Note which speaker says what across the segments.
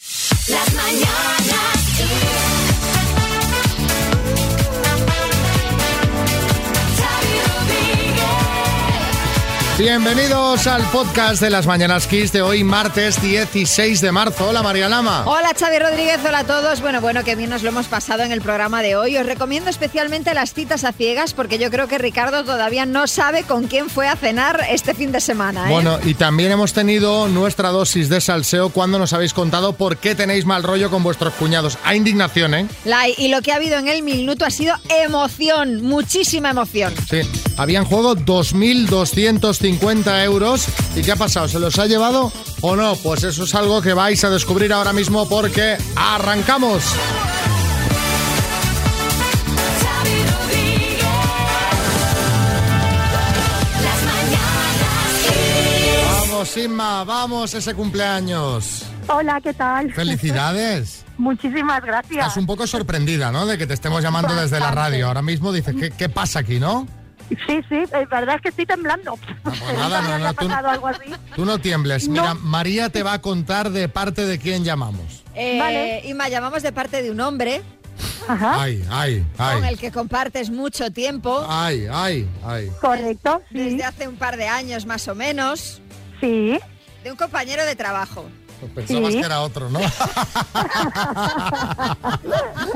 Speaker 1: Las mañanas Kiss. Xavi Rodríguez.
Speaker 2: Bienvenidos al podcast de las Mañanas Kiss de hoy, martes 16 de marzo. Hola, María Lama.
Speaker 3: Hola Xavi Rodríguez, hola a todos. Bueno, bueno, qué bien nos lo hemos pasado en el programa de hoy. Os recomiendo especialmente las citas a ciegas porque yo creo que Ricardo todavía no sabe con quién fue a cenar este fin de semana. ¿eh?
Speaker 2: Bueno, y también hemos tenido nuestra dosis de salseo cuando nos habéis contado por qué tenéis mal rollo con vuestros cuñados. Hay indignación, ¿eh?
Speaker 3: La- y lo que ha habido en el minuto ha sido emoción, muchísima emoción.
Speaker 2: Sí. Había en juego 2.250 euros. ¿Y qué ha pasado? ¿Se los ha llevado o no? Pues eso es algo que vais a descubrir ahora mismo porque arrancamos.
Speaker 1: Xavi Rodríguez. Las mañanas Kiss.
Speaker 2: Vamos, Inma, vamos ese cumpleaños.
Speaker 4: Hola, ¿qué tal?
Speaker 2: Felicidades.
Speaker 4: Muchísimas gracias.
Speaker 2: Estás un poco sorprendida, ¿no? De que te estemos llamando desde la radio. Ahora mismo dices, ¿qué, qué pasa aquí, no? Pues
Speaker 4: Sí, sí, la verdad es que estoy temblando.
Speaker 2: nada, no,
Speaker 4: ¿Nunca
Speaker 2: no,
Speaker 4: ha
Speaker 2: tú-
Speaker 4: pasado algo así?
Speaker 2: Tú no tiembles.
Speaker 4: No.
Speaker 2: Mira, María te va a contar de parte de quién llamamos.
Speaker 3: Eh,
Speaker 4: Vale.
Speaker 3: Inma, llamamos de parte de un hombre
Speaker 4: Ajá,
Speaker 2: Ay, ay, ay.
Speaker 3: con el que compartes mucho tiempo,
Speaker 2: Ay, ay, ay.
Speaker 4: correcto, sí,
Speaker 3: desde hace un par de años más o menos,
Speaker 4: sí.
Speaker 3: de un compañero de trabajo.
Speaker 2: Pensabas
Speaker 4: Sí.
Speaker 2: que era otro, ¿no?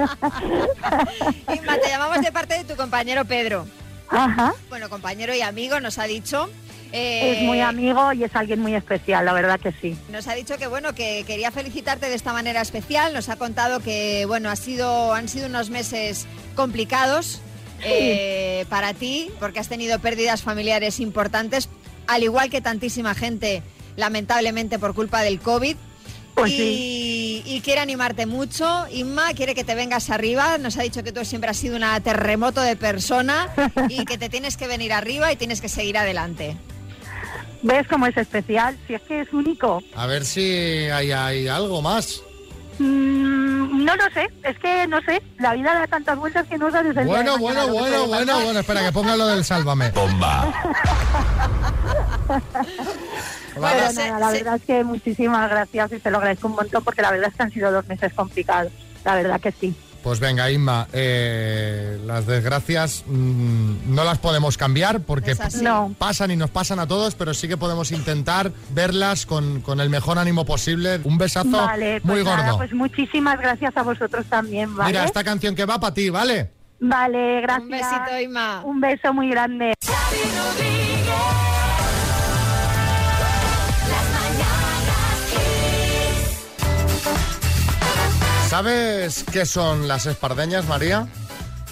Speaker 3: Inma, te llamamos de parte de tu compañero Pedro.
Speaker 4: Ajá,
Speaker 3: Bueno, compañero y amigo nos ha dicho. eh,
Speaker 4: es muy amigo y es alguien muy especial, la verdad que sí.
Speaker 3: Nos ha dicho que bueno, que quería felicitarte de esta manera especial. Nos ha contado que bueno, ha sido, han sido unos meses complicados eh, para ti, porque has tenido pérdidas familiares importantes, al igual que tantísima gente, lamentablemente por culpa del COVID.
Speaker 4: Pues
Speaker 3: y,
Speaker 4: sí,
Speaker 3: y quiere animarte mucho. Inma quiere que te vengas arriba. Nos ha dicho que tú siempre has sido una terremoto de persona y que te tienes que venir arriba y tienes que seguir adelante.
Speaker 4: ¿ves cómo es especial? Si es que es único.
Speaker 2: A ver si hay, hay algo más.
Speaker 4: Mm, no lo sé, es que no sé, la vida da tantas vueltas que no sabes el día de
Speaker 2: Bueno,
Speaker 4: mañana
Speaker 2: bueno,
Speaker 4: lo que
Speaker 2: bueno,
Speaker 4: puede
Speaker 2: bueno,
Speaker 4: pasar.
Speaker 2: bueno. Espera, que ponga lo del sálvame.
Speaker 5: Bomba.
Speaker 3: Bueno,
Speaker 4: Pero
Speaker 3: se-
Speaker 4: nada, la
Speaker 3: se-
Speaker 4: verdad es que muchísimas gracias y te lo agradezco un montón porque la verdad es que han sido dos meses complicados, la verdad que sí.
Speaker 2: Pues venga, Inma, eh, las desgracias mm, no las podemos cambiar porque
Speaker 3: Es así.
Speaker 4: No.
Speaker 2: pasan y nos pasan a todos, pero sí que podemos intentar verlas con, con el mejor ánimo posible. Un besazo
Speaker 4: Vale, pues
Speaker 2: muy gordo.
Speaker 4: nada, pues muchísimas gracias a vosotros también, ¿vale?
Speaker 2: Mira, esta canción que va para ti, ¿vale?
Speaker 4: Vale, gracias.
Speaker 3: Un besito, Inma.
Speaker 4: Un beso muy grande.
Speaker 1: Xavi Rodríguez. Las mañanas Kiss.
Speaker 2: ¿Sabes qué son las espardeñas, María?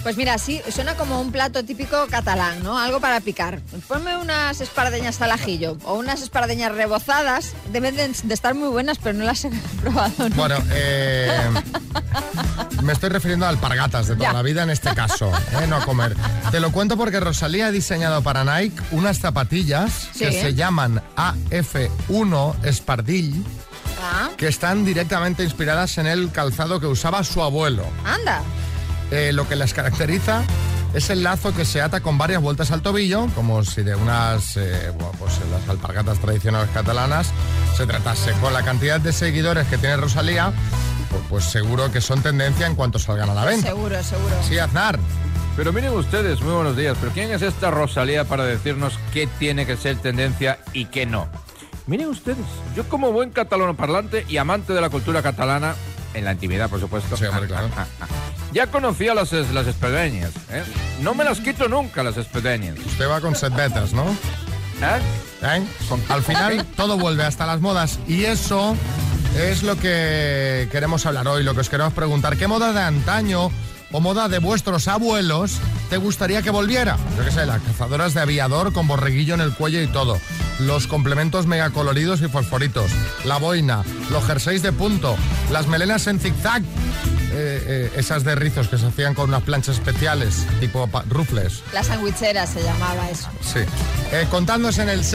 Speaker 3: Pues mira, sí, suena como un plato típico catalán, ¿no? Algo para picar. Ponme unas espardeñas al ajillo o unas espardeñas rebozadas. Deben de, de estar muy buenas, pero no las he probado. ¿no?
Speaker 2: Bueno, eh, me estoy refiriendo a alpargatas de toda
Speaker 3: Ya.
Speaker 2: la vida en este caso, eh, no a comer. Te lo cuento porque Rosalía ha diseñado para Nike unas zapatillas
Speaker 3: Sí,
Speaker 2: que
Speaker 3: ¿eh?
Speaker 2: se llaman AF1 Espardill,
Speaker 3: Ah,
Speaker 2: que están directamente inspiradas en el calzado que usaba su abuelo.
Speaker 3: anda.
Speaker 2: Eh, lo que las caracteriza es el lazo que se ata con varias vueltas al tobillo, como si de unas, eh, bueno, pues en las alpargatas tradicionales catalanas se tratase. Con la cantidad de seguidores que tiene Rosalía, pues, pues seguro que son tendencia en cuanto salgan a la venta.
Speaker 3: Seguro, seguro.
Speaker 2: Sí, Aznar.
Speaker 5: Pero miren ustedes, muy buenos días. Pero ¿quién es esta Rosalía para decirnos qué tiene que ser tendencia y qué no? Miren ustedes, yo como buen catalano parlante y amante de la cultura catalana, en la intimidad, por supuesto. Ah,
Speaker 2: Sí, hombre, claro.
Speaker 5: Ya conocía las, es- las espedeñas, ¿eh? No me las quito nunca, las espedeñas.
Speaker 2: Usted va con setbetas, ¿no?
Speaker 5: ¿eh?
Speaker 2: ¿Eh? Al final todo vuelve hasta las modas y eso es lo que queremos hablar hoy, lo que os queremos preguntar. ¿Qué moda de antaño o moda de vuestros abuelos te gustaría que volviera? Yo qué sé, las cazadoras de aviador con borreguillo en el cuello y todo. Los complementos megacoloridos y fosforitos. La boina, los jerseys de punto, las melenas en zigzag. eh, eh, esas de rizos que se hacían con unas planchas especiales, tipo pa- rufles.
Speaker 3: La sandwichera se llamaba eso.
Speaker 2: Sí. Eh, contadnos en el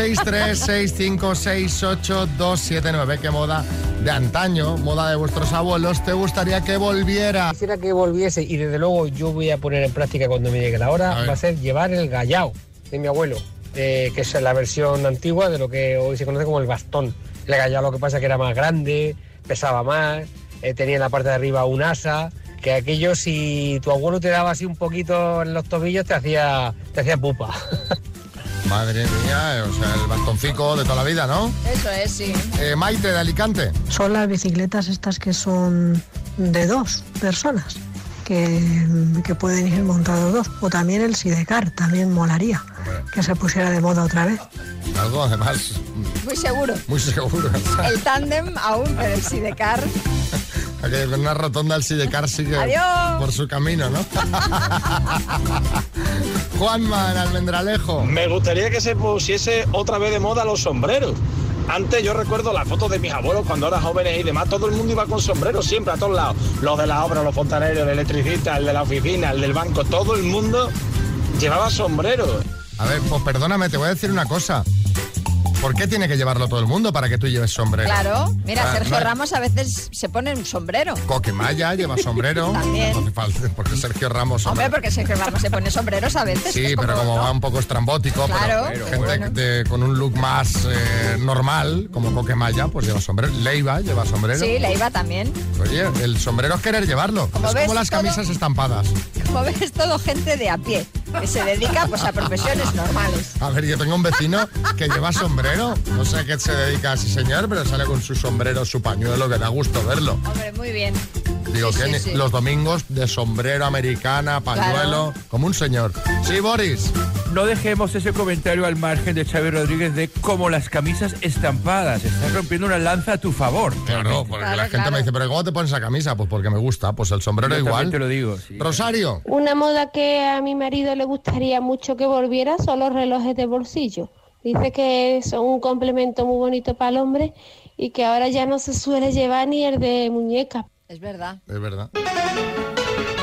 Speaker 2: 636568279 qué moda de antaño, moda de vuestros abuelos, te gustaría que volviera.
Speaker 6: Quisiera que volviese y desde luego yo voy a poner en práctica cuando me llegue la
Speaker 2: A
Speaker 6: hora,
Speaker 2: ver.
Speaker 6: va a ser llevar el gallao de mi abuelo, eh, que es la versión antigua de lo que hoy se conoce como el bastón. El gallao lo que pasa es que era más grande, pesaba más eh, tenía en la parte de arriba un asa, que aquello si tu abuelo te daba así un poquito en los tobillos te hacía, te hacía pupa.
Speaker 2: Madre mía, eh, o sea, el bastoncico de toda la vida, ¿no?
Speaker 3: Eso es, sí.
Speaker 2: Eh, Maite de Alicante.
Speaker 7: son las bicicletas estas que son de dos personas, que, que pueden ir montados dos. O también el sidecar, también molaría que se pusiera de moda otra vez.
Speaker 2: Algo además
Speaker 3: Muy seguro.
Speaker 2: muy seguro.
Speaker 3: El tándem aún, pero el sidecar.
Speaker 2: Aquello con una rotonda el sidecar sigue
Speaker 3: Adiós.
Speaker 2: por su camino, ¿no? Juanma en Almendralejo.
Speaker 8: Me gustaría que se pusiese otra vez de moda los sombreros. Antes yo recuerdo las fotos de mis abuelos cuando eran jóvenes y demás, todo el mundo iba con sombreros siempre a todos lados. Los de la obra, los fontaneros, el electricista, el de la oficina, el del banco, todo el mundo llevaba sombreros.
Speaker 2: A ver, pues perdóname, te voy a decir una cosa. ¿Por qué tiene que llevarlo todo el mundo para que tú lleves sombrero?
Speaker 3: Claro. Mira,
Speaker 2: Ah,
Speaker 3: Sergio
Speaker 2: vale.
Speaker 3: Ramos a veces se pone un sombrero.
Speaker 2: Coquemaya lleva sombrero.
Speaker 3: También.
Speaker 2: No hace falta, porque Sergio Ramos.
Speaker 3: Hombre,
Speaker 2: hombre.
Speaker 3: porque Sergio Ramos se pone sombreros a veces.
Speaker 2: Sí,
Speaker 3: es
Speaker 2: pero como
Speaker 3: ¿no?
Speaker 2: va un poco estrambótico, pero
Speaker 3: Claro,
Speaker 5: pero
Speaker 2: gente
Speaker 3: bueno.
Speaker 2: de- con un look más eh, normal, como Coquemaya, pues lleva sombrero. Leiva lleva sombrero.
Speaker 3: Sí, la iba también.
Speaker 2: Oye, el sombrero es querer llevarlo.
Speaker 3: Como
Speaker 2: es
Speaker 3: ves,
Speaker 2: como las
Speaker 3: todo-
Speaker 2: camisas estampadas.
Speaker 3: Como ves, todo gente de a pie, que se dedica pues a profesiones normales.
Speaker 2: A ver, yo tengo un vecino que lleva sombrero. No sé a qué se dedica ese señor, pero sale con su sombrero, su pañuelo, que da gusto verlo.
Speaker 3: Hombre, muy bien.
Speaker 2: Digo,
Speaker 3: Sí,
Speaker 2: que
Speaker 3: sí,
Speaker 2: ni-
Speaker 3: sí.
Speaker 2: los domingos de sombrero americana, pañuelo, como un señor. Sí, Boris.
Speaker 5: No dejemos ese comentario al margen de Xavi Rodríguez de como las camisas estampadas. Estás rompiendo una lanza a tu favor.
Speaker 2: Claro, porque
Speaker 3: Claro,
Speaker 2: la gente
Speaker 3: claro.
Speaker 2: me dice, ¿pero cómo te pones esa camisa? Pues porque me gusta, pues el sombrero
Speaker 5: Yo
Speaker 2: igual.
Speaker 5: también te lo digo, sí.
Speaker 2: Rosario.
Speaker 9: Una moda que a mi marido le gustaría mucho que volviera son los relojes de bolsillo. Dice que son un complemento muy bonito para el hombre y que ahora ya no se suele llevar ni el de muñeca.
Speaker 3: Es verdad.
Speaker 2: Es verdad.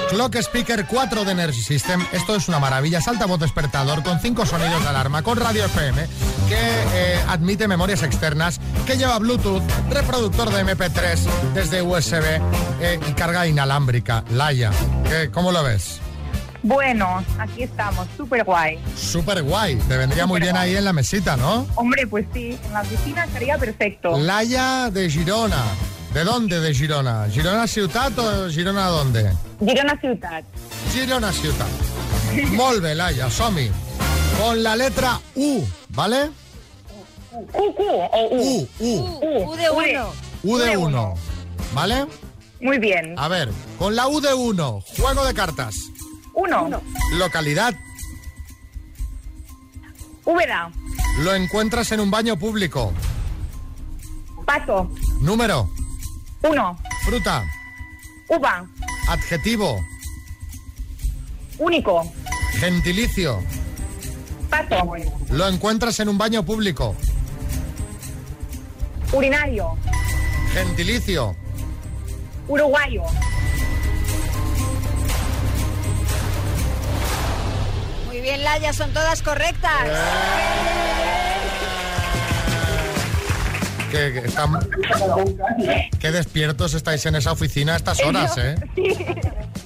Speaker 2: Clock Speaker 4 de Energy System. Esto es una maravilla. Es altavoz despertador con cinco sonidos de alarma, con radio FM, que eh, admite memorias externas, que lleva Bluetooth, reproductor de MP3 desde USB eh, y carga inalámbrica, Laia. ¿Qué- ¿Cómo lo ves?
Speaker 4: Bueno, aquí estamos, súper guay.
Speaker 2: Súper guay. Te vendría muy bien ahí en la mesita, ¿no?
Speaker 4: Hombre, pues sí, en la oficina estaría perfecto.
Speaker 2: Laia de Girona. ¿De dónde de Girona? ¿Girona ciudad o Girona dónde?
Speaker 4: Girona Ciutat.
Speaker 2: Girona Ciutat. Molt bé, Laia, som -hi. Con la letra U, ¿vale?
Speaker 4: Cucu o U.
Speaker 2: U, U,
Speaker 3: U, U de
Speaker 4: U de-
Speaker 3: uno.
Speaker 2: U de
Speaker 4: de
Speaker 2: 1, ¿vale?
Speaker 4: Muy bien.
Speaker 2: A ver, con la U de 1, juego de cartas.
Speaker 4: Uno.
Speaker 2: Localidad,
Speaker 4: Úbeda.
Speaker 2: lo encuentras en un baño público.
Speaker 4: Paso.
Speaker 2: Número,
Speaker 4: Uno.
Speaker 2: fruta,
Speaker 4: Uva.
Speaker 2: adjetivo,
Speaker 4: Único.
Speaker 2: gentilicio,
Speaker 4: Paso.
Speaker 2: lo encuentras en un baño público.
Speaker 4: Urinario.
Speaker 2: Gentilicio,
Speaker 4: Uruguayo.
Speaker 3: Muy bien, Laya, son todas correctas.
Speaker 2: Eh. que, que están... Qué despiertos estáis en esa oficina a estas horas, ¿eh?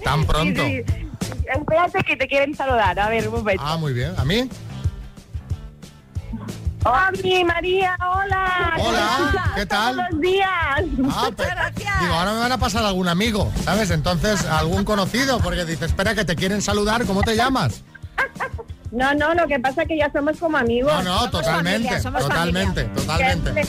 Speaker 2: Tan pronto.
Speaker 4: Sí, sí. Espérate que te quieren saludar. A ver, un momento.
Speaker 2: Ah, muy bien. ¿A mí?
Speaker 4: ¡Ami, María! Ah, ¡Hola!
Speaker 2: Hola, ¿qué tal?
Speaker 4: Buenos días.
Speaker 2: Ah, pe-
Speaker 3: gracias.
Speaker 2: Digo, ahora me van a pasar algún amigo, ¿sabes? Entonces, algún conocido, porque dice, espera, que te quieren saludar, ¿cómo te llamas?
Speaker 4: No, no, lo que pasa es que ya somos como amigos.
Speaker 2: No, no,
Speaker 3: Somos
Speaker 2: totalmente,
Speaker 3: familia, somos
Speaker 2: totalmente, totalmente.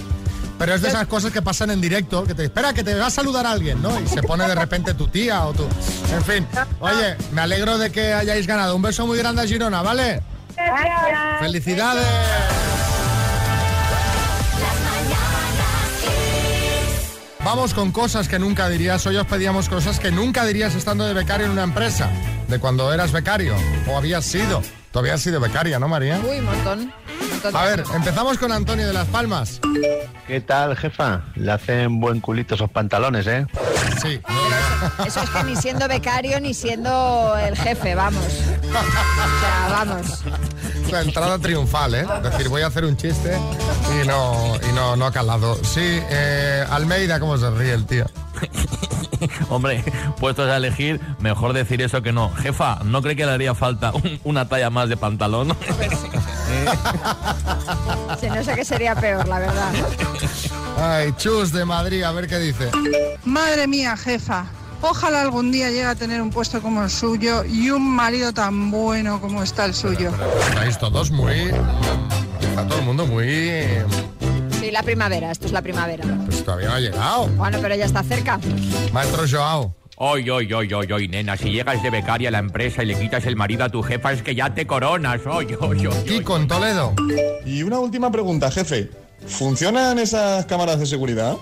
Speaker 2: Pero es de esas cosas que pasan en directo, que te espera, que te va a saludar alguien, ¿no? Y se pone de repente tu tía o tú. En fin, oye, me alegro de que hayáis ganado. Un beso muy grande a Girona, ¿vale?
Speaker 4: Gracias.
Speaker 2: ¡Felicidades!
Speaker 1: Las mañanas Kiss.
Speaker 2: Vamos con cosas que nunca dirías. Hoy os pedíamos cosas que nunca dirías estando de becario en una empresa. De cuando eras becario. O habías sido. Tú habías sido becaria, ¿no, María?
Speaker 3: Uy, montón. montón.
Speaker 2: A ver, empezamos con Antonio de Las Palmas.
Speaker 10: ¿Qué tal, jefa? Le hacen buen culito esos pantalones, ¿eh?
Speaker 2: Sí.
Speaker 3: Eso es que ni siendo becario ni siendo el jefe, vamos. O sea, vamos.
Speaker 2: La entrada triunfal, ¿eh? Es decir, voy a hacer un chiste y no, y no, no ha calado. Sí, eh, Almeida, ¿cómo se ríe el tío?
Speaker 11: Hombre, puestos a elegir, mejor decir eso que no. Jefa, ¿no cree que le haría falta un- una talla más de pantalón?
Speaker 3: Si no sé qué sería peor, la verdad.
Speaker 2: Ay, Chus de Madrid, a ver qué dice.
Speaker 12: Madre mía, jefa. Ojalá algún día llegue a tener un puesto como el suyo y un marido tan bueno como está el suyo.
Speaker 2: Estáis todos muy... Está todo el mundo muy...
Speaker 3: Sí, la primavera, esto es la primavera.
Speaker 2: Pues todavía no ha llegado.
Speaker 3: Bueno, pero ya está cerca.
Speaker 2: Maestro Joao.
Speaker 11: Oy, oy, oy, oy, oy, nena, si llegas de becaria a la empresa y le quitas el marido a tu jefa es que ya te coronas, oy, oy, oy.
Speaker 2: Y con Toledo.
Speaker 13: Y una última pregunta, jefe. ¿Funcionan esas cámaras de seguridad?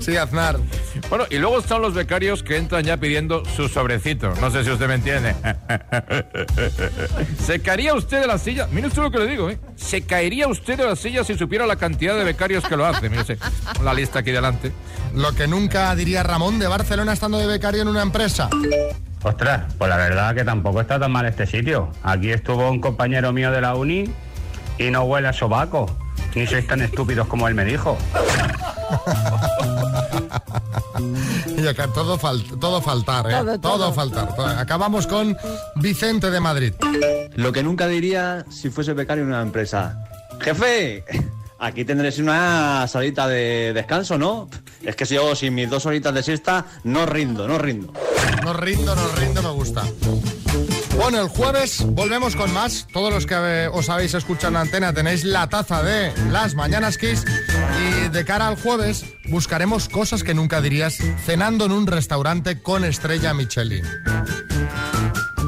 Speaker 2: Sí, Aznar.
Speaker 5: Bueno, y luego están los becarios que entran ya pidiendo su sobrecito. No sé si usted me entiende. ¿Se caería usted de la silla? Mire usted lo que le digo, ¿eh? ¿Se caería usted de la silla si supiera la cantidad de becarios que lo hace? Mire usted, la lista aquí delante.
Speaker 2: Lo que nunca diría Ramón de Barcelona estando de becario en una empresa.
Speaker 14: Ostras, pues la verdad que tampoco está tan mal este sitio. Aquí estuvo un compañero mío de la uni y no huele a sobaco. Ni sois tan estúpidos como él me dijo.
Speaker 2: Y acá todo, fal- todo faltar, ¿eh? Todo, faltar. To- Acabamos con Vicente de Madrid.
Speaker 15: Lo que nunca diría si fuese becario en una empresa. Jefe, aquí tendréis una salita de descanso, ¿no? Es que si yo sin mis dos horitas de siesta, no rindo, no rindo.
Speaker 2: No rindo, no rindo, me gusta. Bueno, el jueves volvemos con más. Todos los que eh, os habéis escuchado en la antena tenéis la taza de las mañanas Kiss. Y de cara al jueves buscaremos cosas que nunca dirías cenando en un restaurante con estrella Michelin.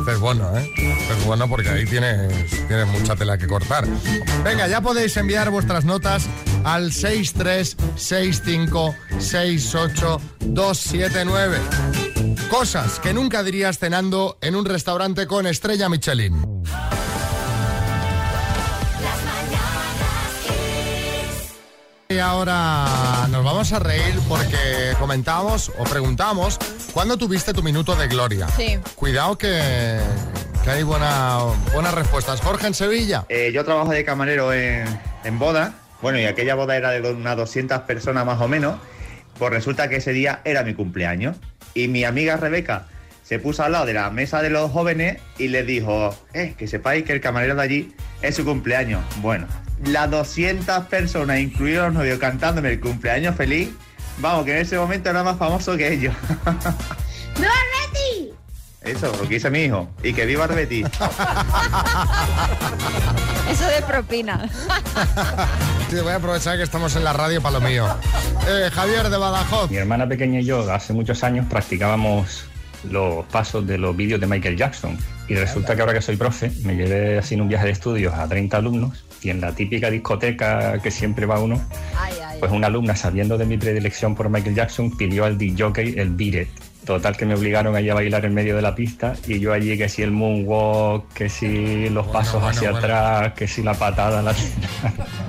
Speaker 2: Es bueno, ¿eh? Es bueno porque ahí tienes, tienes mucha tela que cortar. Venga, ya podéis enviar vuestras notas al 636568279. Cosas que nunca dirías cenando en un restaurante con estrella Michelin. Y ahora nos vamos a reír porque comentábamos o preguntamos ¿cuándo tuviste tu minuto de gloria?
Speaker 3: Sí.
Speaker 2: Cuidado que, que hay buena, buenas respuestas. Jorge en Sevilla.
Speaker 16: Eh, yo trabajo de camarero en, en boda. Bueno, y aquella boda era de unas 200 personas más o menos. Pues resulta que ese día era mi cumpleaños. Y mi amiga Rebeca se puso al lado de la mesa de los jóvenes y les dijo, eh, que sepáis que el camarero de allí es su cumpleaños. Bueno, las 200 personas, incluidos los novios, cantándome el cumpleaños feliz. Vamos, que en ese momento era más famoso que ellos.
Speaker 1: ¡No, Reti!
Speaker 16: Eso, lo que hice mi hijo. Y que viva Arbetí.
Speaker 3: Eso de propina.
Speaker 2: Te voy a aprovechar que estamos en la radio para lo mío. Eh, Javier de Badajoz.
Speaker 17: Mi hermana pequeña y yo hace muchos años practicábamos los pasos de los vídeos de Michael Jackson. Y resulta que ahora que soy profe, me llevé así en un viaje de estudios a 30 alumnos y en la típica discoteca que siempre va uno, pues una alumna sabiendo de mi predilección por Michael Jackson pidió al DJ jockey el beat It. Total que me obligaron allí a bailar en medio de la pista y yo allí que si el moonwalk, que si los pasos
Speaker 2: bueno,
Speaker 17: hacia
Speaker 2: bueno.
Speaker 17: atrás, que si la patada, la...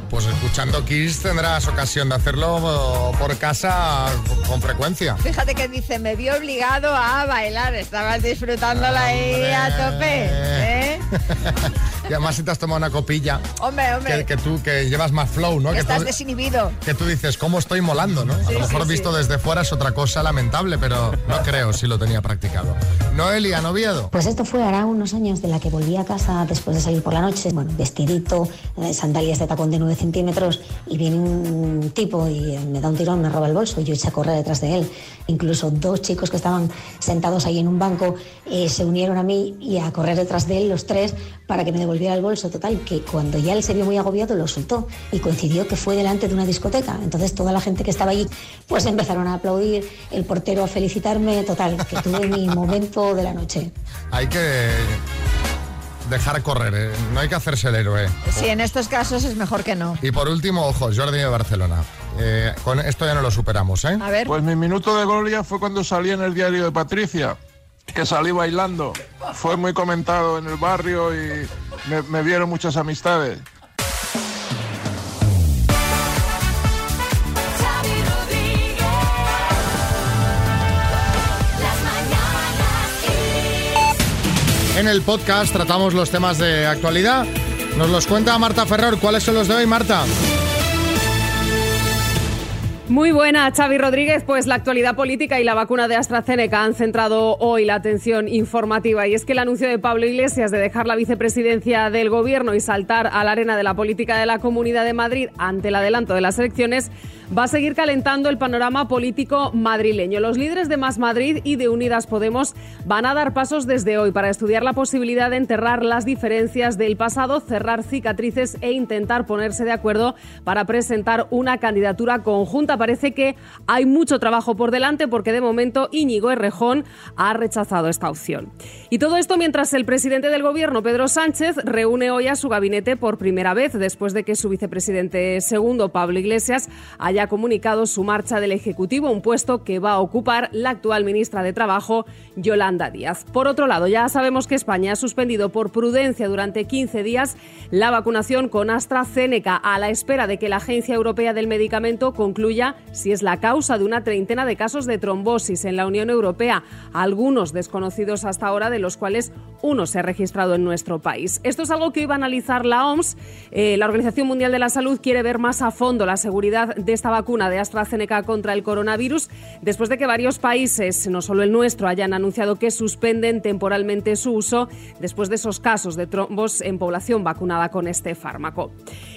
Speaker 2: Pues escuchando Kiss tendrás ocasión de hacerlo eh, por casa con frecuencia.
Speaker 3: Fíjate que dice, me vi obligado a bailar. Estabas disfrutándola ahí a tope. ¿eh?
Speaker 2: Y además si te has tomado una copilla,
Speaker 3: Hombre, hombre.
Speaker 2: que, que tú que llevas más flow, ¿no?
Speaker 3: que
Speaker 2: Que tú,
Speaker 3: estás desinhibido.
Speaker 2: que tú dices, ¿cómo estoy molando, no? A
Speaker 3: Sí,
Speaker 2: lo mejor
Speaker 3: sí, sí.
Speaker 2: visto desde fuera es otra cosa lamentable, pero no creo si lo tenía practicado. Noelia Noviedo.
Speaker 18: Pues esto fue hará unos años de la que volví a casa después de salir por la noche, bueno, vestidito, eh, sandalias de tacón de 9 centímetros, y viene un tipo y eh, me da un tirón, me roba el bolso y yo eché a correr detrás de él. Incluso dos chicos que estaban sentados ahí en un banco eh, se unieron a mí y a correr detrás de él los tres para que me devolviera el bolso. Total, que cuando ya él se vio muy agobiado lo soltó y coincidió que fue delante de una discoteca. Entonces toda la gente que estaba allí pues empezaron a aplaudir, el portero a felicitarme, total, que tuve mi momento de la noche.
Speaker 2: Hay que dejar correr, ¿eh? no hay que hacerse el héroe.
Speaker 3: Sí, en estos casos es mejor que no.
Speaker 2: Y por último, ojo, Jordi de Barcelona. Eh, con esto ya no lo superamos, ¿eh?
Speaker 3: A ver.
Speaker 19: Pues mi minuto de gloria fue cuando salí en el diario de Patricia, que salí bailando. Fue muy comentado en el barrio y me, me vieron muchas amistades.
Speaker 1: Xavi Rodríguez. Las mañanas Kiss.
Speaker 2: En el podcast tratamos los temas de actualidad. Nos los cuenta Marta Ferrer. ¿Cuáles son los de hoy, Marta?
Speaker 20: Muy buena, Xavi Rodríguez. Pues la actualidad política y la vacuna de AstraZeneca han centrado hoy la atención informativa. Y es que el anuncio de Pablo Iglesias de dejar la vicepresidencia del gobierno y saltar a la arena de la política de la Comunidad de Madrid ante el adelanto de las elecciones va a seguir calentando el panorama político madrileño. Los líderes de Más Madrid y de Unidas Podemos van a dar pasos desde hoy para estudiar la posibilidad de enterrar las diferencias del pasado, cerrar cicatrices e intentar ponerse de acuerdo para presentar una candidatura conjunta. Parece que hay mucho trabajo por delante porque de momento Íñigo Errejón ha rechazado esta opción. Y todo esto mientras el presidente del gobierno, Pedro Sánchez, reúne hoy a su gabinete por primera vez después de que su vicepresidente segundo, Pablo Iglesias, haya ha comunicado su marcha del Ejecutivo, un puesto que va a ocupar la actual ministra de Trabajo, Yolanda Díaz. Por otro lado, ya sabemos que España ha suspendido por prudencia durante 15 días la vacunación con AstraZeneca a la espera de que la Agencia Europea del Medicamento concluya si es la causa de una treintena de casos de trombosis en la Unión Europea, algunos desconocidos hasta ahora, de los cuales uno se ha registrado en nuestro país. Esto es algo que iba a analizar la OMS. Eh, la Organización Mundial de la Salud quiere ver más a fondo la seguridad de esta vacuna de AstraZeneca contra el coronavirus después de que varios países, no solo el nuestro, hayan anunciado que suspenden temporalmente su uso después de esos casos de trombos en población vacunada con este fármaco.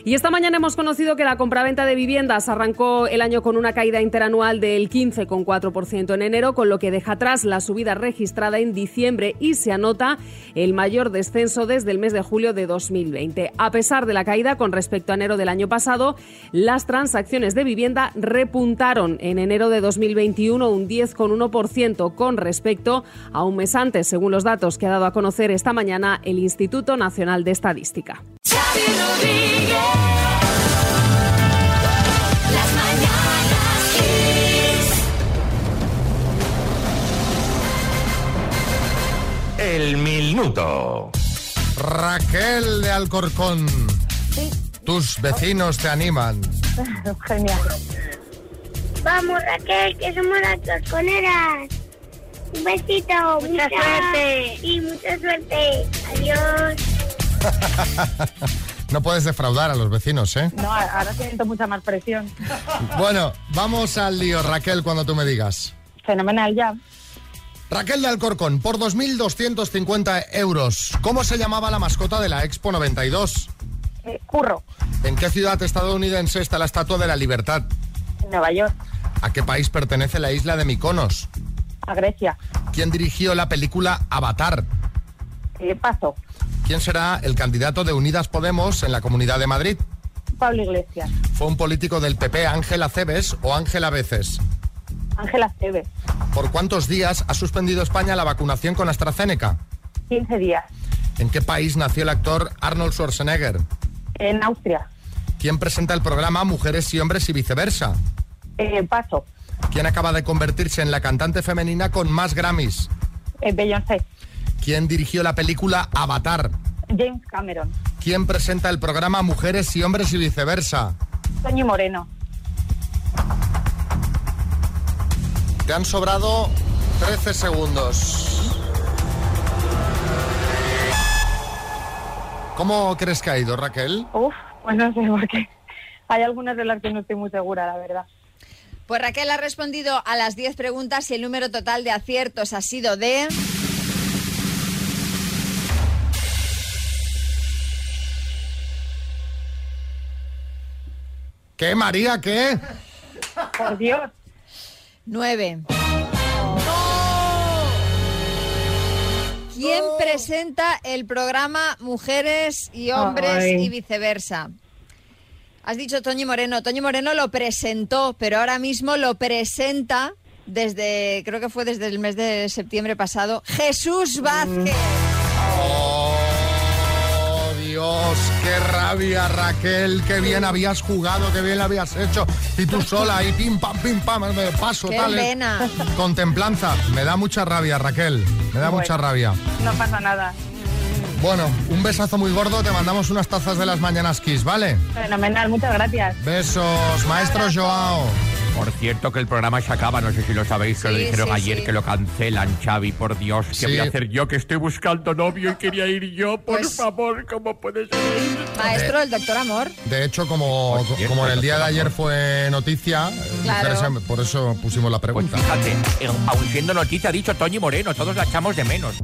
Speaker 20: Y esta mañana hemos conocido que la compraventa de viviendas arrancó el año con una caída interanual del 15,4% en enero, con lo que deja atrás la subida registrada en diciembre y se anota el mayor descenso desde el mes de julio de 2020. A pesar de la caída con respecto a enero del año pasado, las transacciones de vivienda repuntaron en enero de 2021 un 10,1% con respecto a un mes antes, según los datos que ha dado a conocer esta mañana el Instituto Nacional de Estadística.
Speaker 2: El minuto. Raquel de Alcorcón. Tus vecinos te animan.
Speaker 4: Genial.
Speaker 1: Vamos, Raquel, que somos las torconeras. Un besito. Mucha, suerte. Y mucha suerte. Adiós.
Speaker 2: No puedes defraudar a los vecinos, ¿eh?
Speaker 4: No, ahora siento mucha más presión.
Speaker 2: Bueno, vamos al lío, Raquel, cuando tú me digas.
Speaker 4: Fenomenal ya.
Speaker 2: Raquel de Alcorcón, por 2.250 euros. ¿Cómo se llamaba la mascota de la Expo 92?
Speaker 4: Eh, curro,
Speaker 2: ¿En qué ciudad estadounidense está la Estatua de la Libertad?
Speaker 4: en Nueva York,
Speaker 2: ¿A qué país pertenece la isla de Mykonos?
Speaker 4: a Grecia.
Speaker 2: ¿Quién dirigió la película Avatar?
Speaker 4: Eh, paso.
Speaker 2: ¿Quién será el candidato de Unidas Podemos en la Comunidad de Madrid?
Speaker 4: Pablo Iglesias.
Speaker 2: ¿Fue un político del PP Ángela Cebes o Ángela Veces?
Speaker 4: Ángela Cebes.
Speaker 2: ¿Por cuántos días ha suspendido España la vacunación con AstraZeneca?
Speaker 4: 15 días.
Speaker 2: ¿En qué país nació el actor Arnold Schwarzenegger?
Speaker 4: En Austria.
Speaker 2: ¿Quién presenta el programa Mujeres y Hombres y viceversa?
Speaker 4: Eh, paso.
Speaker 2: ¿Quién acaba de convertirse en la cantante femenina con más Grammys?
Speaker 4: Eh, Beyoncé.
Speaker 2: ¿Quién dirigió la película Avatar?
Speaker 4: James Cameron.
Speaker 2: ¿Quién presenta el programa Mujeres y Hombres y viceversa?
Speaker 4: Toño Moreno.
Speaker 2: Te han sobrado 13 segundos. ¿Cómo crees que ha ido, Raquel?
Speaker 4: Uf, pues no sé por qué. Hay algunas de las que no estoy muy segura, la verdad.
Speaker 3: Pues Raquel ha respondido a las 10 preguntas y el número total de aciertos ha sido de...
Speaker 2: ¿Qué, María? ¿Qué?
Speaker 4: Por Dios.
Speaker 3: 9. ¿Quién presenta el programa Mujeres y Hombres
Speaker 4: Ay.
Speaker 3: y viceversa? Has dicho Toño Moreno. Toño Moreno lo presentó, pero ahora mismo lo presenta desde, creo que fue desde el mes de septiembre pasado,
Speaker 4: Mm.
Speaker 3: Jesús Vázquez.
Speaker 2: ¡Oh, Dios! ¡Qué rabia, Raquel! ¡Qué bien habías jugado! ¡Qué bien lo habías hecho! Y tú sola, y pim, pam, pim, pam, me paso,
Speaker 4: Qué
Speaker 2: tal. eh.
Speaker 4: pena.
Speaker 2: Contemplanza. Me da mucha rabia, Raquel. Me da
Speaker 4: Bueno.
Speaker 2: mucha rabia.
Speaker 4: No pasa nada.
Speaker 2: Bueno, un besazo muy gordo. Te mandamos unas tazas de las mañanas Kiss, ¿vale?
Speaker 4: Fenomenal, muchas gracias.
Speaker 2: Besos, maestro Joao.
Speaker 5: Por cierto que el programa se acaba, no sé si lo sabéis, que lo
Speaker 11: Sí,
Speaker 5: dijeron
Speaker 11: sí,
Speaker 5: ayer
Speaker 11: sí.
Speaker 5: que lo cancelan, Xavi, por Dios, ¿qué
Speaker 11: Sí.
Speaker 5: voy a hacer yo que estoy buscando novio y quería ir yo? Por
Speaker 3: Pues-
Speaker 5: favor, ¿cómo puede ser?
Speaker 3: Maestro, el doctor Amor.
Speaker 2: De hecho, como, como en el día de ayer fue noticia, eh,
Speaker 3: Claro.
Speaker 2: mujeres, por eso pusimos la pregunta.
Speaker 5: Pues Fíjate, eh, aún siendo noticia, ha dicho Toñi Moreno, todos la echamos de menos.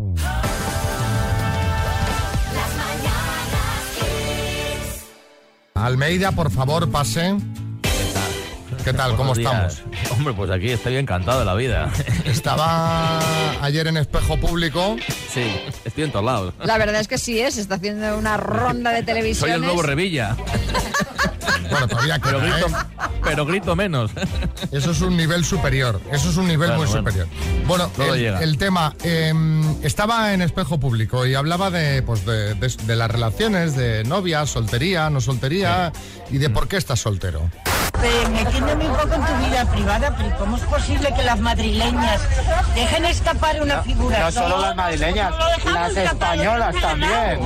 Speaker 2: Almeida, por favor, pase. ¿Qué tal? ¿Cómo estamos?
Speaker 11: Hombre, pues aquí estoy encantado de la vida.
Speaker 2: Estaba ayer en espejo público.
Speaker 11: Sí, estoy en todos lados.
Speaker 3: La verdad es que sí es, está haciendo una ronda de
Speaker 11: Soy
Speaker 3: televisiones.
Speaker 11: el nuevo Revilla.
Speaker 2: Bueno, todavía
Speaker 11: pero,
Speaker 2: queda,
Speaker 11: grito, pero grito menos.
Speaker 2: ¿eh? Eso es un nivel superior. Eso es un nivel
Speaker 11: Bueno,
Speaker 2: muy
Speaker 11: bueno.
Speaker 2: superior. Bueno,
Speaker 11: Todo
Speaker 2: el,
Speaker 11: llega.
Speaker 2: el tema. eh, estaba en espejo público y hablaba de, pues de, de- de las relaciones, de novia, soltería, no soltería y de por qué estás soltero.
Speaker 21: Te metiéndome un poco en tu vida privada, pero ¿cómo es posible que las madrileñas dejen escapar una figura?
Speaker 22: No solo las madrileñas, las españolas también.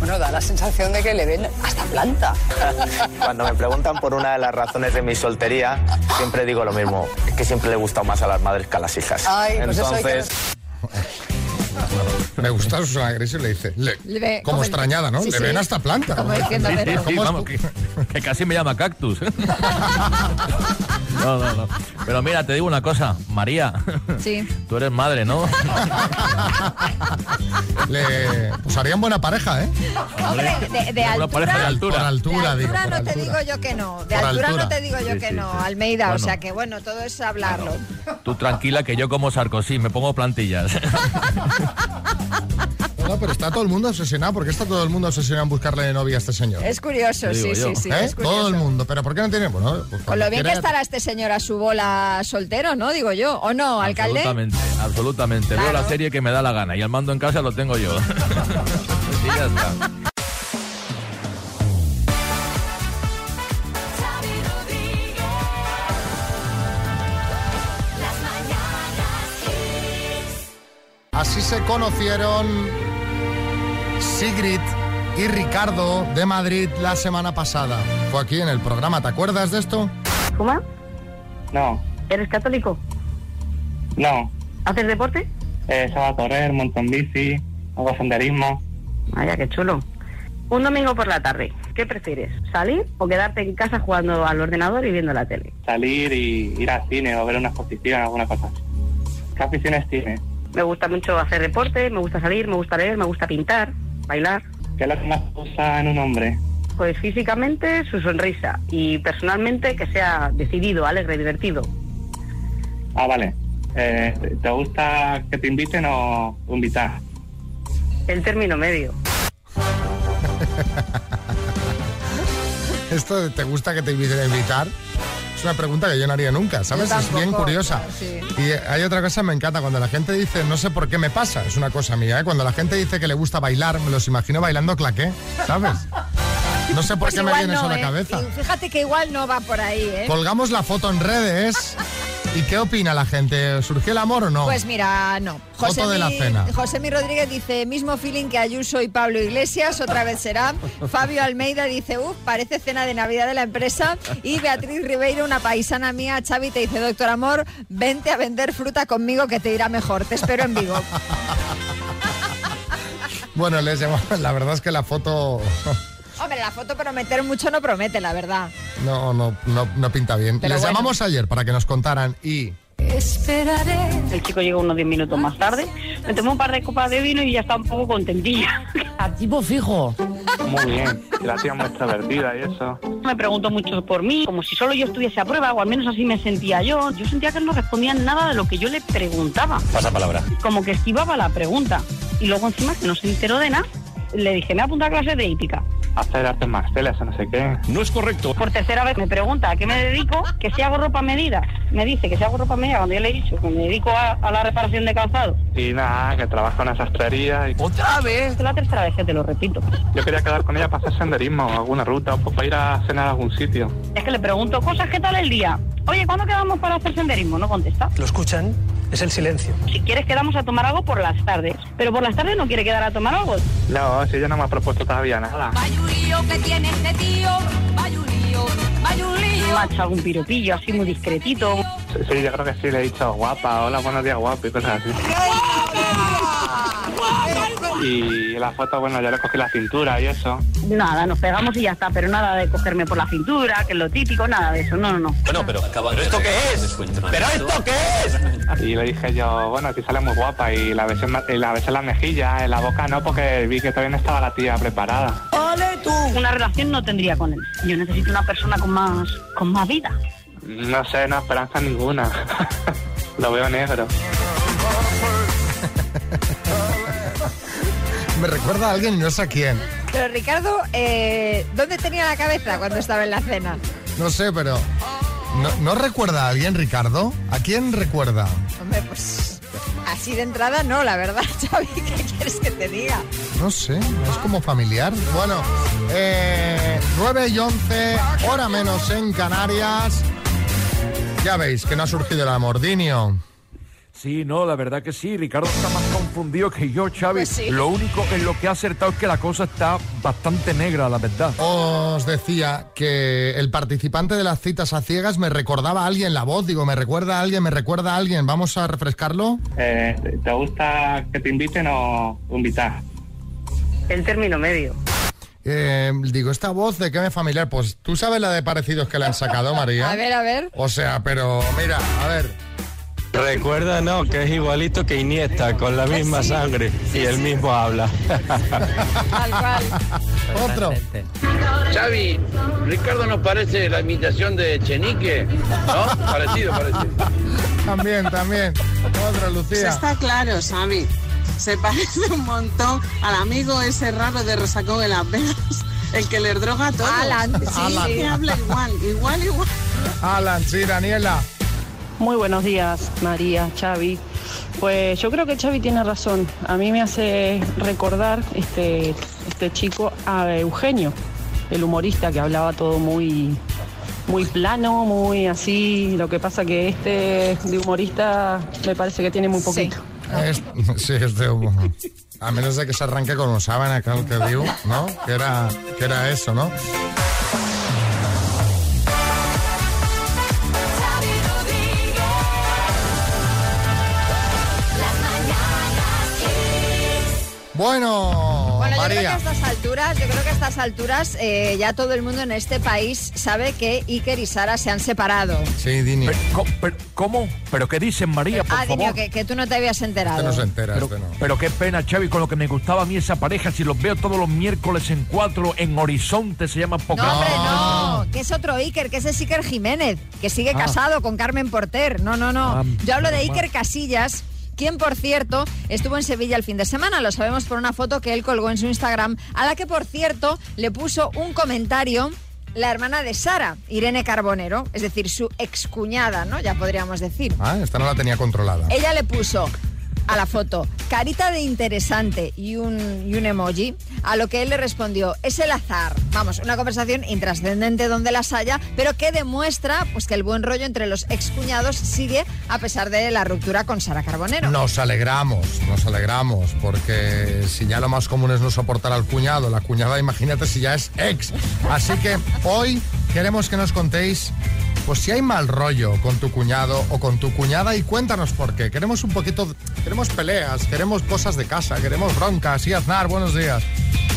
Speaker 23: Bueno, da la sensación de que le ven hasta planta.
Speaker 24: Cuando me preguntan por una de las razones de mi soltería, siempre digo lo mismo, es que siempre le he gustado más a las madres que a las hijas.
Speaker 23: Ay, pues eso hay que
Speaker 24: Entonces,
Speaker 2: Me gusta Susana Gris y le dice. le-
Speaker 3: Le ve-
Speaker 2: como
Speaker 3: como-
Speaker 2: extrañada, ¿no?
Speaker 3: sí,
Speaker 2: le
Speaker 3: sí.
Speaker 2: ven hasta planta.
Speaker 3: Como diciendo,
Speaker 11: Sí, sí,
Speaker 3: pero-
Speaker 11: sí, vamos, que, que casi me llama cactus. ¿eh? No, no, no. Pero mira, te digo una cosa, María,
Speaker 3: Sí.
Speaker 11: tú eres madre, ¿no?
Speaker 2: Le- pues harían buena pareja, ¿eh?
Speaker 3: Hombre, de, de
Speaker 11: Una pareja de
Speaker 3: altura.
Speaker 11: altura.
Speaker 2: Por altura,
Speaker 3: De
Speaker 2: digo.
Speaker 3: altura
Speaker 2: por
Speaker 3: no te
Speaker 2: altura.
Speaker 3: digo yo que no, de
Speaker 11: Por
Speaker 3: altura,
Speaker 11: altura.
Speaker 3: no te digo yo
Speaker 11: Sí,
Speaker 3: que
Speaker 11: sí,
Speaker 3: no,
Speaker 11: sí.
Speaker 3: Almeida,
Speaker 11: Bueno.
Speaker 3: o sea que bueno, todo es hablarlo.
Speaker 11: Tú tranquila que yo como Sarkozy, me pongo plantillas.
Speaker 2: No, pero está todo el mundo obsesionado. ¿Por qué está todo el mundo obsesionado en buscarle novia a este señor?
Speaker 3: Es curioso,
Speaker 2: Te
Speaker 3: sí,
Speaker 2: digo yo.
Speaker 3: sí, sí,
Speaker 2: ¿Eh?
Speaker 3: es curioso.
Speaker 2: Todo el mundo. ¿Pero por qué no tiene? Bueno, pues
Speaker 3: Con lo
Speaker 2: cuando
Speaker 3: bien que
Speaker 2: quiere-
Speaker 3: estará este señor a su bola soltero, ¿no? Digo yo, ¿o no, alcalde?
Speaker 11: Absolutamente, absolutamente. Veo la serie que me da la gana y el mando en casa lo tengo yo. Y ya está.
Speaker 2: Así se conocieron Sigrid y Ricardo de Madrid la semana pasada. Fue aquí en el programa. ¿Te acuerdas de esto?
Speaker 4: ¿Fuma?
Speaker 2: No.
Speaker 4: ¿Eres católico?
Speaker 6: No,
Speaker 4: ¿Haces deporte?
Speaker 6: eh, salgo a correr, monto en bici, hago senderismo.
Speaker 4: Vaya, qué chulo. Un domingo por la tarde, ¿qué prefieres? ¿Salir o quedarte en casa jugando al ordenador y viendo la tele?
Speaker 6: Salir y ir al cine o ver una exposición, alguna cosa. así. ¿Qué aficiones tienes?
Speaker 4: Me gusta mucho hacer deporte, me gusta salir, me gusta leer, me gusta pintar, bailar.
Speaker 6: ¿Qué es lo que más te gusta en un hombre?
Speaker 4: Pues físicamente su sonrisa y personalmente que sea decidido, alegre, divertido.
Speaker 6: Ah, vale. Eh, ¿Te gusta que te inviten o invitar?
Speaker 4: El término medio.
Speaker 2: ¿Esto de te gusta que te inviten a invitar? Es una pregunta que yo no haría nunca, ¿sabes?
Speaker 25: Yo
Speaker 2: es bien
Speaker 25: tampoco,
Speaker 2: curiosa.
Speaker 25: pero sí.
Speaker 2: Y eh, hay otra cosa que me encanta, cuando la gente dice, no sé por qué me pasa, es una cosa mía, ¿eh? Cuando la gente dice que le gusta bailar, me los imagino bailando claqué, ¿sabes? No sé por
Speaker 3: Pues
Speaker 2: qué me
Speaker 3: igual
Speaker 2: viene
Speaker 3: no,
Speaker 2: eso a la
Speaker 3: ¿eh?
Speaker 2: cabeza.
Speaker 3: Y fíjate que igual no va por ahí, ¿eh?
Speaker 2: Colgamos la foto en redes. ¿Y qué opina la gente? ¿Surgió el amor o no?
Speaker 3: Pues mira, no.
Speaker 2: Foto de la cena.
Speaker 3: Josémi Rodríguez dice, mismo feeling que Ayuso y Pablo Iglesias, otra vez será. Fabio Almeida dice, uff, parece cena de Navidad de la empresa. Y Beatriz Ribeiro, una paisana mía, Xavi, te dice, doctor amor, vente a vender fruta conmigo que te irá mejor. Te espero en Vigo.
Speaker 2: Bueno, les llamó- la verdad es que la foto
Speaker 3: Hombre, la foto prometer mucho no promete, la verdad.
Speaker 2: no, no, no, no pinta bien.
Speaker 3: Pero
Speaker 2: les
Speaker 3: bueno.
Speaker 2: llamamos ayer para que nos contaran y...
Speaker 3: Esperaré.
Speaker 4: El chico llegó unos 10 minutos más tarde, me tomó un par de copas de vino y ya está un poco contentilla. Activo fijo.
Speaker 6: Muy bien. Y la tía muy extrovertida y eso.
Speaker 4: Me preguntó mucho por mí, como si solo yo estuviese a prueba, o al menos así me sentía yo. Yo sentía que no respondían nada de lo que yo le preguntaba.
Speaker 6: Pasa palabra.
Speaker 4: Como que esquivaba la pregunta. Y luego encima, que no se enteró de nada, le dije, me apunta a clases de hípica.
Speaker 6: Hacer artes marciales o no sé qué. No es correcto.
Speaker 4: Por tercera vez me pregunta a qué me dedico, que si hago ropa a medida. Me dice que si hago ropa a medida, cuando yo le he dicho que me dedico a, a la reparación de calzado.
Speaker 6: Y nada, que trabaja en una sastrería. Y...
Speaker 4: ¿Otra vez? Es la tercera vez que te lo repito.
Speaker 6: Yo quería quedar con ella para hacer senderismo, alguna ruta, o para ir a cenar a algún sitio.
Speaker 4: Es que le pregunto cosas, ¿qué tal el día? Oye, ¿cuándo quedamos para hacer senderismo? No contesta.
Speaker 6: ¿Lo escuchan? Es el silencio.
Speaker 4: Si quieres quedamos a tomar algo por las tardes, pero por las tardes no quiere quedar a tomar algo.
Speaker 6: No, si ella no me ha propuesto todavía nada.
Speaker 26: Vaya un lío que tiene este tío, vaya un lío, vaya un lío.
Speaker 4: macho, algún piropillo así muy discretito.
Speaker 7: Sí, yo creo que sí, le he dicho guapa, hola, buenos días, guapo y cosas así. Y la foto, bueno, yo le cogí la cintura y eso.
Speaker 4: Nada, nos pegamos y ya está, pero nada de cogerme por la cintura, que es lo típico, nada de eso, no, no, no.
Speaker 11: Bueno, pero. ¿Pero
Speaker 7: esto
Speaker 11: qué es? ¿Pero esto qué
Speaker 7: Y le dije yo, bueno, a ti sale muy guapa y la besé, en ma- y la besé en la mejilla, en la boca no, porque vi que todavía no estaba la tía preparada.
Speaker 4: Una relación no tendría con él. Yo necesito una persona con más, con más vida.
Speaker 7: No sé, no esperanza ninguna. Lo veo negro.
Speaker 2: Me recuerda a alguien y no sé a quién.
Speaker 3: Pero Ricardo, eh, ¿dónde tenía la cabeza cuando estaba en la cena?
Speaker 2: No sé, pero. ¿No, no recuerda a alguien, Ricardo? ¿A quién recuerda?
Speaker 3: Hombre, pues así de entrada no, la verdad, Xavi, ¿qué quieres que te diga?
Speaker 2: No sé, es como familiar. Bueno, eh, 9 y 11, hora menos en Canarias. Ya veis que no ha surgido el amordinio.
Speaker 5: Sí, no, la verdad que sí. Ricardo está más confundido que yo, Xavi.
Speaker 3: Pues
Speaker 5: Lo único en lo que ha acertado es que la cosa está bastante negra, la verdad.
Speaker 2: Os decía que el participante de las citas a ciegas me recordaba a alguien la voz. Digo, me recuerda a alguien, me recuerda a alguien. Vamos a refrescarlo.
Speaker 7: Eh, ¿Te gusta que te inviten o invitar?
Speaker 4: El término medio.
Speaker 2: Eh, digo, esta voz de qué me familiar. Pues tú sabes la de parecidos que le han sacado, María.
Speaker 3: A ver, a ver.
Speaker 2: O sea, pero mira, a ver.
Speaker 8: Recuerda, no, que es igualito que Iniesta, con la misma sangre y el mismo habla.
Speaker 3: Tal cual.
Speaker 2: Otro.
Speaker 9: Xavi, Ricardo nos parece la imitación de Chenique, ¿no? Parecido, parecido.
Speaker 2: También, también. Otro,
Speaker 22: Eso
Speaker 2: Lucía.
Speaker 22: está claro, Xavi. Se parece un montón al amigo ese raro de Resacón en Las Vegas, el que le droga todo.
Speaker 3: Alan.
Speaker 22: Sí,
Speaker 2: Alan.
Speaker 22: que habla igual, igual, igual.
Speaker 2: Alan, sí, Daniela.
Speaker 10: Muy buenos días, María, Xavi. Pues yo creo que Xavi tiene razón. A mí me hace recordar este, este chico a Eugenio, el humorista que hablaba todo muy, muy plano, muy así. Lo que pasa que este de humorista me parece que tiene muy poquito.
Speaker 2: Es- sí, es de humo. A menos de que se arranque con un sábana, que el que diu, ¿no? Que era, que era eso, ¿no? Bueno,
Speaker 3: Bueno, yo creo que a
Speaker 2: María.
Speaker 3: estas alturas, yo creo que a estas alturas eh, ya todo el mundo en este país sabe que Iker y Sara se han separado.
Speaker 2: Sí, Dini.
Speaker 5: Pero, co- pero- ¿Cómo? ¿Pero qué dicen, María, por
Speaker 3: ah,
Speaker 5: favor?
Speaker 3: Dinio, que, que tú no te habías
Speaker 2: Este
Speaker 3: enterado.
Speaker 5: pero, pero qué pena, Xavi, con lo que me gustaba a mí esa pareja. Si los veo todos los miércoles en cuatro, en Horizonte se llama Poca.
Speaker 3: No, hombre, no, que es otro Iker, que ese es Iker Jiménez, que sigue
Speaker 5: Ah.
Speaker 3: casado con Carmen Porter. No, no, no.
Speaker 5: Ah,
Speaker 3: Yo hablo de
Speaker 5: menos mal.
Speaker 3: Iker Casillas. Quien, por cierto, estuvo en Sevilla el fin de semana, lo sabemos por una foto que él colgó en su Instagram, a la que, por cierto, le puso un comentario la hermana de Sara, Irene Carbonero, es decir, su excuñada, ¿no? Ya podríamos decir.
Speaker 2: Ah, esta no la tenía controlada.
Speaker 3: Ella le puso a la foto carita de interesante y un, y un emoji, a lo que él le respondió, es el azar. Vamos, una conversación intrascendente donde las haya, pero que demuestra pues, que el buen rollo entre los excuñados sigue a pesar de la ruptura con Sara Carbonero.
Speaker 2: Nos alegramos, nos alegramos, porque si ya lo más común es no soportar al cuñado, la cuñada, imagínate si ya es ex. Así que hoy queremos que nos contéis, pues si hay mal rollo con tu cuñado o con tu cuñada y cuéntanos por qué. Queremos un poquito, queremos peleas, queremos cosas de casa, queremos broncas. Y Aznar, buenos días.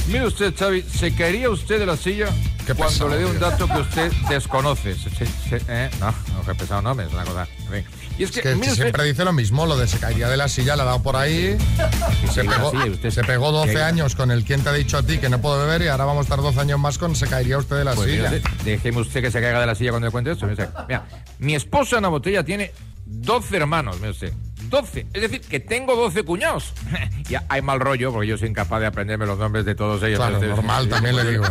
Speaker 5: Mire usted, Xavi, ¿se caería usted de la silla cuando
Speaker 2: pesado,
Speaker 5: le dé un
Speaker 2: tío.
Speaker 5: dato que usted desconoce? Se- se- se- eh, No, no, que pesado no, es una cosa... en fin. Y es que,
Speaker 2: Que
Speaker 5: mire usted-
Speaker 2: siempre dice lo mismo, lo de se caería de la silla, le ha dado por ahí. Se
Speaker 5: Sí,
Speaker 2: pegó,
Speaker 5: sí, usted-
Speaker 2: se pegó 12
Speaker 5: que-
Speaker 2: años con el quien te ha dicho a ti que no puedo beber y ahora vamos a estar 12 años más con se caería usted de la
Speaker 5: Pues
Speaker 2: silla.
Speaker 5: mire usted, déjeme usted que se caiga de la silla cuando le cuente esto. mire usted. Mira, mi esposa Ana Botella tiene 12 hermanos, mire usted. 12. Es decir, que tengo 12 cuñados. ya hay mal rollo, porque yo soy incapaz de aprenderme los nombres de todos ellos.
Speaker 2: Claro,
Speaker 5: Entonces,
Speaker 2: normal, también le digo.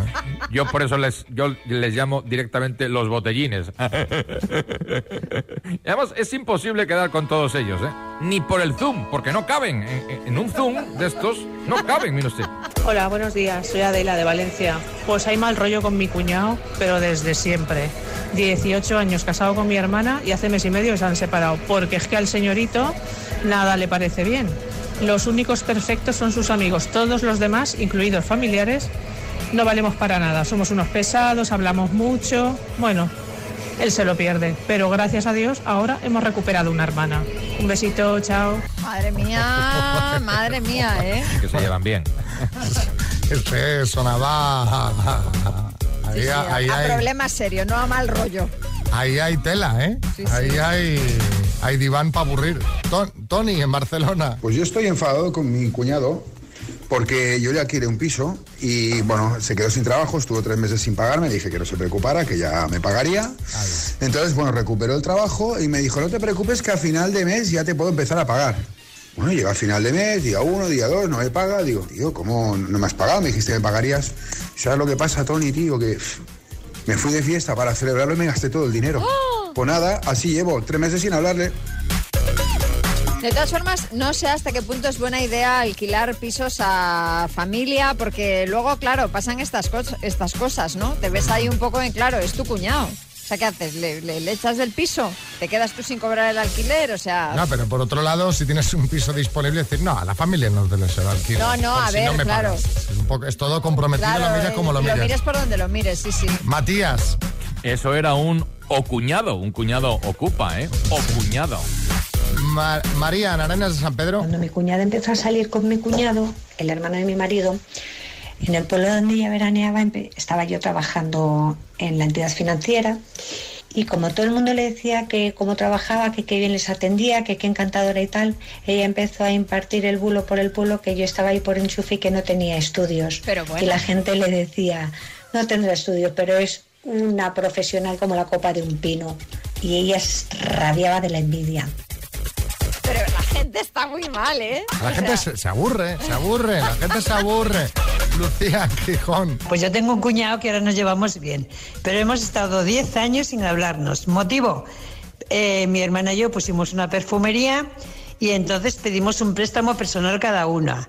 Speaker 5: Yo por eso les, yo les llamo directamente los botellines. Y además, es imposible quedar con todos ellos, ¿eh? Ni por el Zoom, porque no caben. En, en un Zoom de estos, no caben, mire usted.
Speaker 10: Hola, buenos días. Soy Adela de Valencia. Pues hay mal rollo con mi cuñado, pero desde siempre. 18 años casado con mi hermana y hace mes y medio se han separado, porque es que al señorito nada le parece bien. Los únicos perfectos son sus amigos, todos los demás, incluidos familiares, no valemos para nada. Somos unos pesados, hablamos mucho. Bueno,
Speaker 12: él se lo pierde. Pero gracias a Dios, ahora hemos recuperado una hermana. Un besito, chao.
Speaker 3: Madre mía, madre mía, ¿eh?
Speaker 5: Que se llevan bien.
Speaker 2: Este sonaba. Ahí,
Speaker 3: Sí, a-
Speaker 2: ahí
Speaker 3: a
Speaker 2: hay,
Speaker 3: problemas serios, no a mal rollo.
Speaker 2: ahí hay tela, ¿eh?
Speaker 3: Sí,
Speaker 2: ahí
Speaker 3: sí.
Speaker 2: hay, hay diván para aburrir. Ton- Tony, en Barcelona.
Speaker 13: Pues yo estoy enfadado con mi cuñado porque yo le alquilé un piso y bueno, se quedó sin trabajo, estuvo tres meses sin pagarme, le dije que no se preocupara, que ya me pagaría. Entonces, bueno, recuperó el trabajo y me dijo, no te preocupes que a final de mes ya te puedo empezar a pagar. Bueno, llega a final de mes, día uno, día dos, no me paga. Digo, tío, ¿cómo no me has pagado? Me dijiste que me pagarías. ¿Sabes lo que pasa, Tony, tío? Que pff, me fui de fiesta para celebrarlo y me gasté todo el dinero. Pues nada, así llevo tres meses sin hablarle.
Speaker 3: De todas formas, no sé hasta qué punto es buena idea alquilar pisos a familia, porque luego, claro, pasan estas, cos- estas cosas, ¿no? Te ves ahí un poco en claro, es tu cuñado. O sea, ¿qué haces? ¿Le, le- le echas del piso? ¿Te quedas tú sin cobrar el alquiler? O sea...
Speaker 2: No, pero por otro lado, si tienes un piso disponible, decir, no, a la familia no te lo se va a alquilar,
Speaker 3: No, no,
Speaker 2: por
Speaker 3: a
Speaker 2: si
Speaker 3: ver,
Speaker 2: me
Speaker 3: claro.
Speaker 2: pagas. Es, un poco- es todo comprometido,
Speaker 3: Claro,
Speaker 2: lo miras
Speaker 3: eh,
Speaker 2: como lo miras.
Speaker 3: mires por donde lo mires, sí, sí.
Speaker 2: Matías.
Speaker 11: Eso era un ocuñado, un cuñado ocupa, ¿eh? Ocuñado.
Speaker 2: Ma- María, en Arenas de San Pedro.
Speaker 14: Cuando mi cuñada empezó a salir con mi cuñado, el hermano de mi marido, en el pueblo donde ella veraneaba empe- estaba yo trabajando en la entidad financiera y como todo el mundo le decía que cómo trabajaba, que qué bien les atendía, que qué encantadora y tal, ella empezó a impartir el bulo por el pueblo que yo estaba ahí por enchufe y que no tenía estudios.
Speaker 3: Pero bueno.
Speaker 14: Y la gente le decía, no tendrá estudios, pero es una profesional como la copa de un pino. Y ella s- rabiaba de la envidia.
Speaker 3: Pero la gente está muy mal, ¿eh?
Speaker 2: La gente se, se aburre, se aburre, la gente se aburre. Lucía Gijón.
Speaker 15: Pues yo tengo un cuñado que ahora nos llevamos bien, pero hemos estado 10 años sin hablarnos. ¿Motivo? Eh, mi hermana y yo pusimos una perfumería y entonces pedimos un préstamo personal cada una.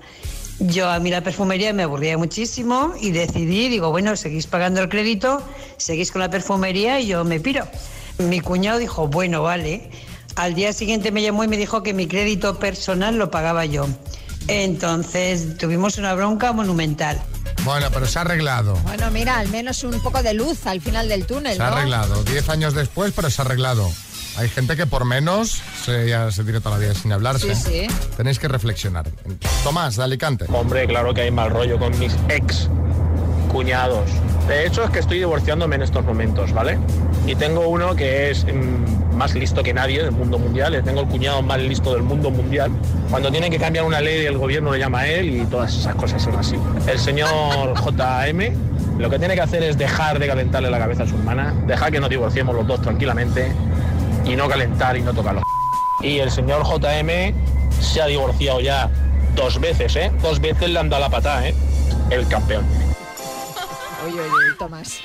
Speaker 15: Yo a mí la perfumería me aburría muchísimo y decidí, digo, bueno, seguís pagando el crédito, seguís con la perfumería y yo me piro. Mi cuñado dijo, bueno, vale. Al día siguiente me llamó y me dijo que mi crédito personal lo pagaba yo. Entonces tuvimos una bronca monumental.
Speaker 2: Bueno, pero se ha arreglado.
Speaker 3: Bueno, mira, al menos un poco de luz al final del túnel,
Speaker 2: Se ha
Speaker 3: ¿no?
Speaker 2: arreglado. Diez años después, pero se ha arreglado. Hay gente que por menos se, ya se tira toda la vida sin hablarse.
Speaker 3: Sí, sí.
Speaker 2: Tenéis que reflexionar. Tomás, de Alicante.
Speaker 25: Hombre, claro que hay mal rollo con mis ex cuñados. De hecho, es que estoy divorciándome en estos momentos, ¿vale? Y tengo uno que es mm, más listo que nadie del mundo mundial. Tengo el cuñado más listo del mundo mundial. Cuando tiene que cambiar una ley, el gobierno le llama a él y todas esas cosas son así. El señor JM lo que tiene que hacer es dejar de calentarle la cabeza a su hermana, dejar que nos divorciemos los dos tranquilamente y no calentar y no tocar los y el señor JM se ha divorciado ya dos veces, ¿eh? Dos veces le han dado la patada, ¿eh? El campeón.
Speaker 3: Oye, oye, oye, Tomás.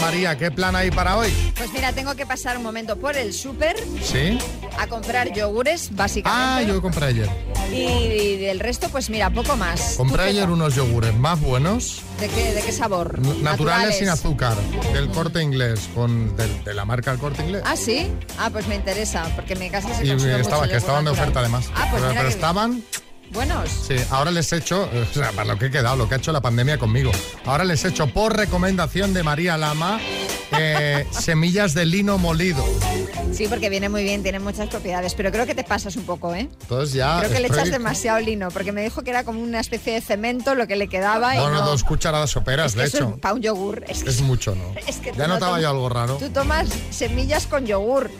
Speaker 2: María, ¿qué plan hay para hoy?
Speaker 3: Pues mira, tengo que pasar un momento por el súper
Speaker 2: ¿Sí?
Speaker 3: a comprar yogures,
Speaker 2: Ah,
Speaker 3: básicamente.
Speaker 2: yo compré ayer.
Speaker 3: Y del resto, pues mira, poco más.
Speaker 2: Compré
Speaker 3: ¿Tú qué
Speaker 2: ayer
Speaker 3: tal?
Speaker 2: unos yogures más buenos,
Speaker 3: ¿De qué, de qué sabor?
Speaker 2: naturales, sin azúcar, del corte inglés, con, del- de, la marca del corte inglés.
Speaker 3: Ah, sí. Ah, pues me interesa, porque me casa se
Speaker 2: y
Speaker 3: consume
Speaker 2: estaba,
Speaker 3: mucho
Speaker 2: que estaban de
Speaker 3: yogur
Speaker 2: oferta
Speaker 3: natural.
Speaker 2: además.
Speaker 3: Ah, pues
Speaker 2: pero
Speaker 3: mira
Speaker 2: pero
Speaker 3: qué bien.
Speaker 2: estaban
Speaker 3: Buenos.
Speaker 2: Sí, ahora les he hecho, o sea, para lo que he quedado, lo que ha hecho la pandemia conmigo. Ahora les he hecho, por recomendación de María Lama, eh, semillas de lino molido.
Speaker 3: Sí, porque viene muy bien, tiene muchas propiedades, pero creo que te pasas un poco, ¿eh?
Speaker 2: Entonces ya.
Speaker 3: creo que le
Speaker 2: estoy-
Speaker 3: echas demasiado lino, porque me dijo que era como una especie de cemento lo que le quedaba. y
Speaker 2: Bueno,
Speaker 3: no...
Speaker 2: dos cucharadas soperas, de hecho.
Speaker 3: Para un yogur. Es que,
Speaker 2: Es mucho, ¿no?
Speaker 3: es que tú
Speaker 2: ya
Speaker 3: no
Speaker 2: notaba
Speaker 3: tomas-
Speaker 2: yo algo raro.
Speaker 3: Tú tomas semillas con yogur.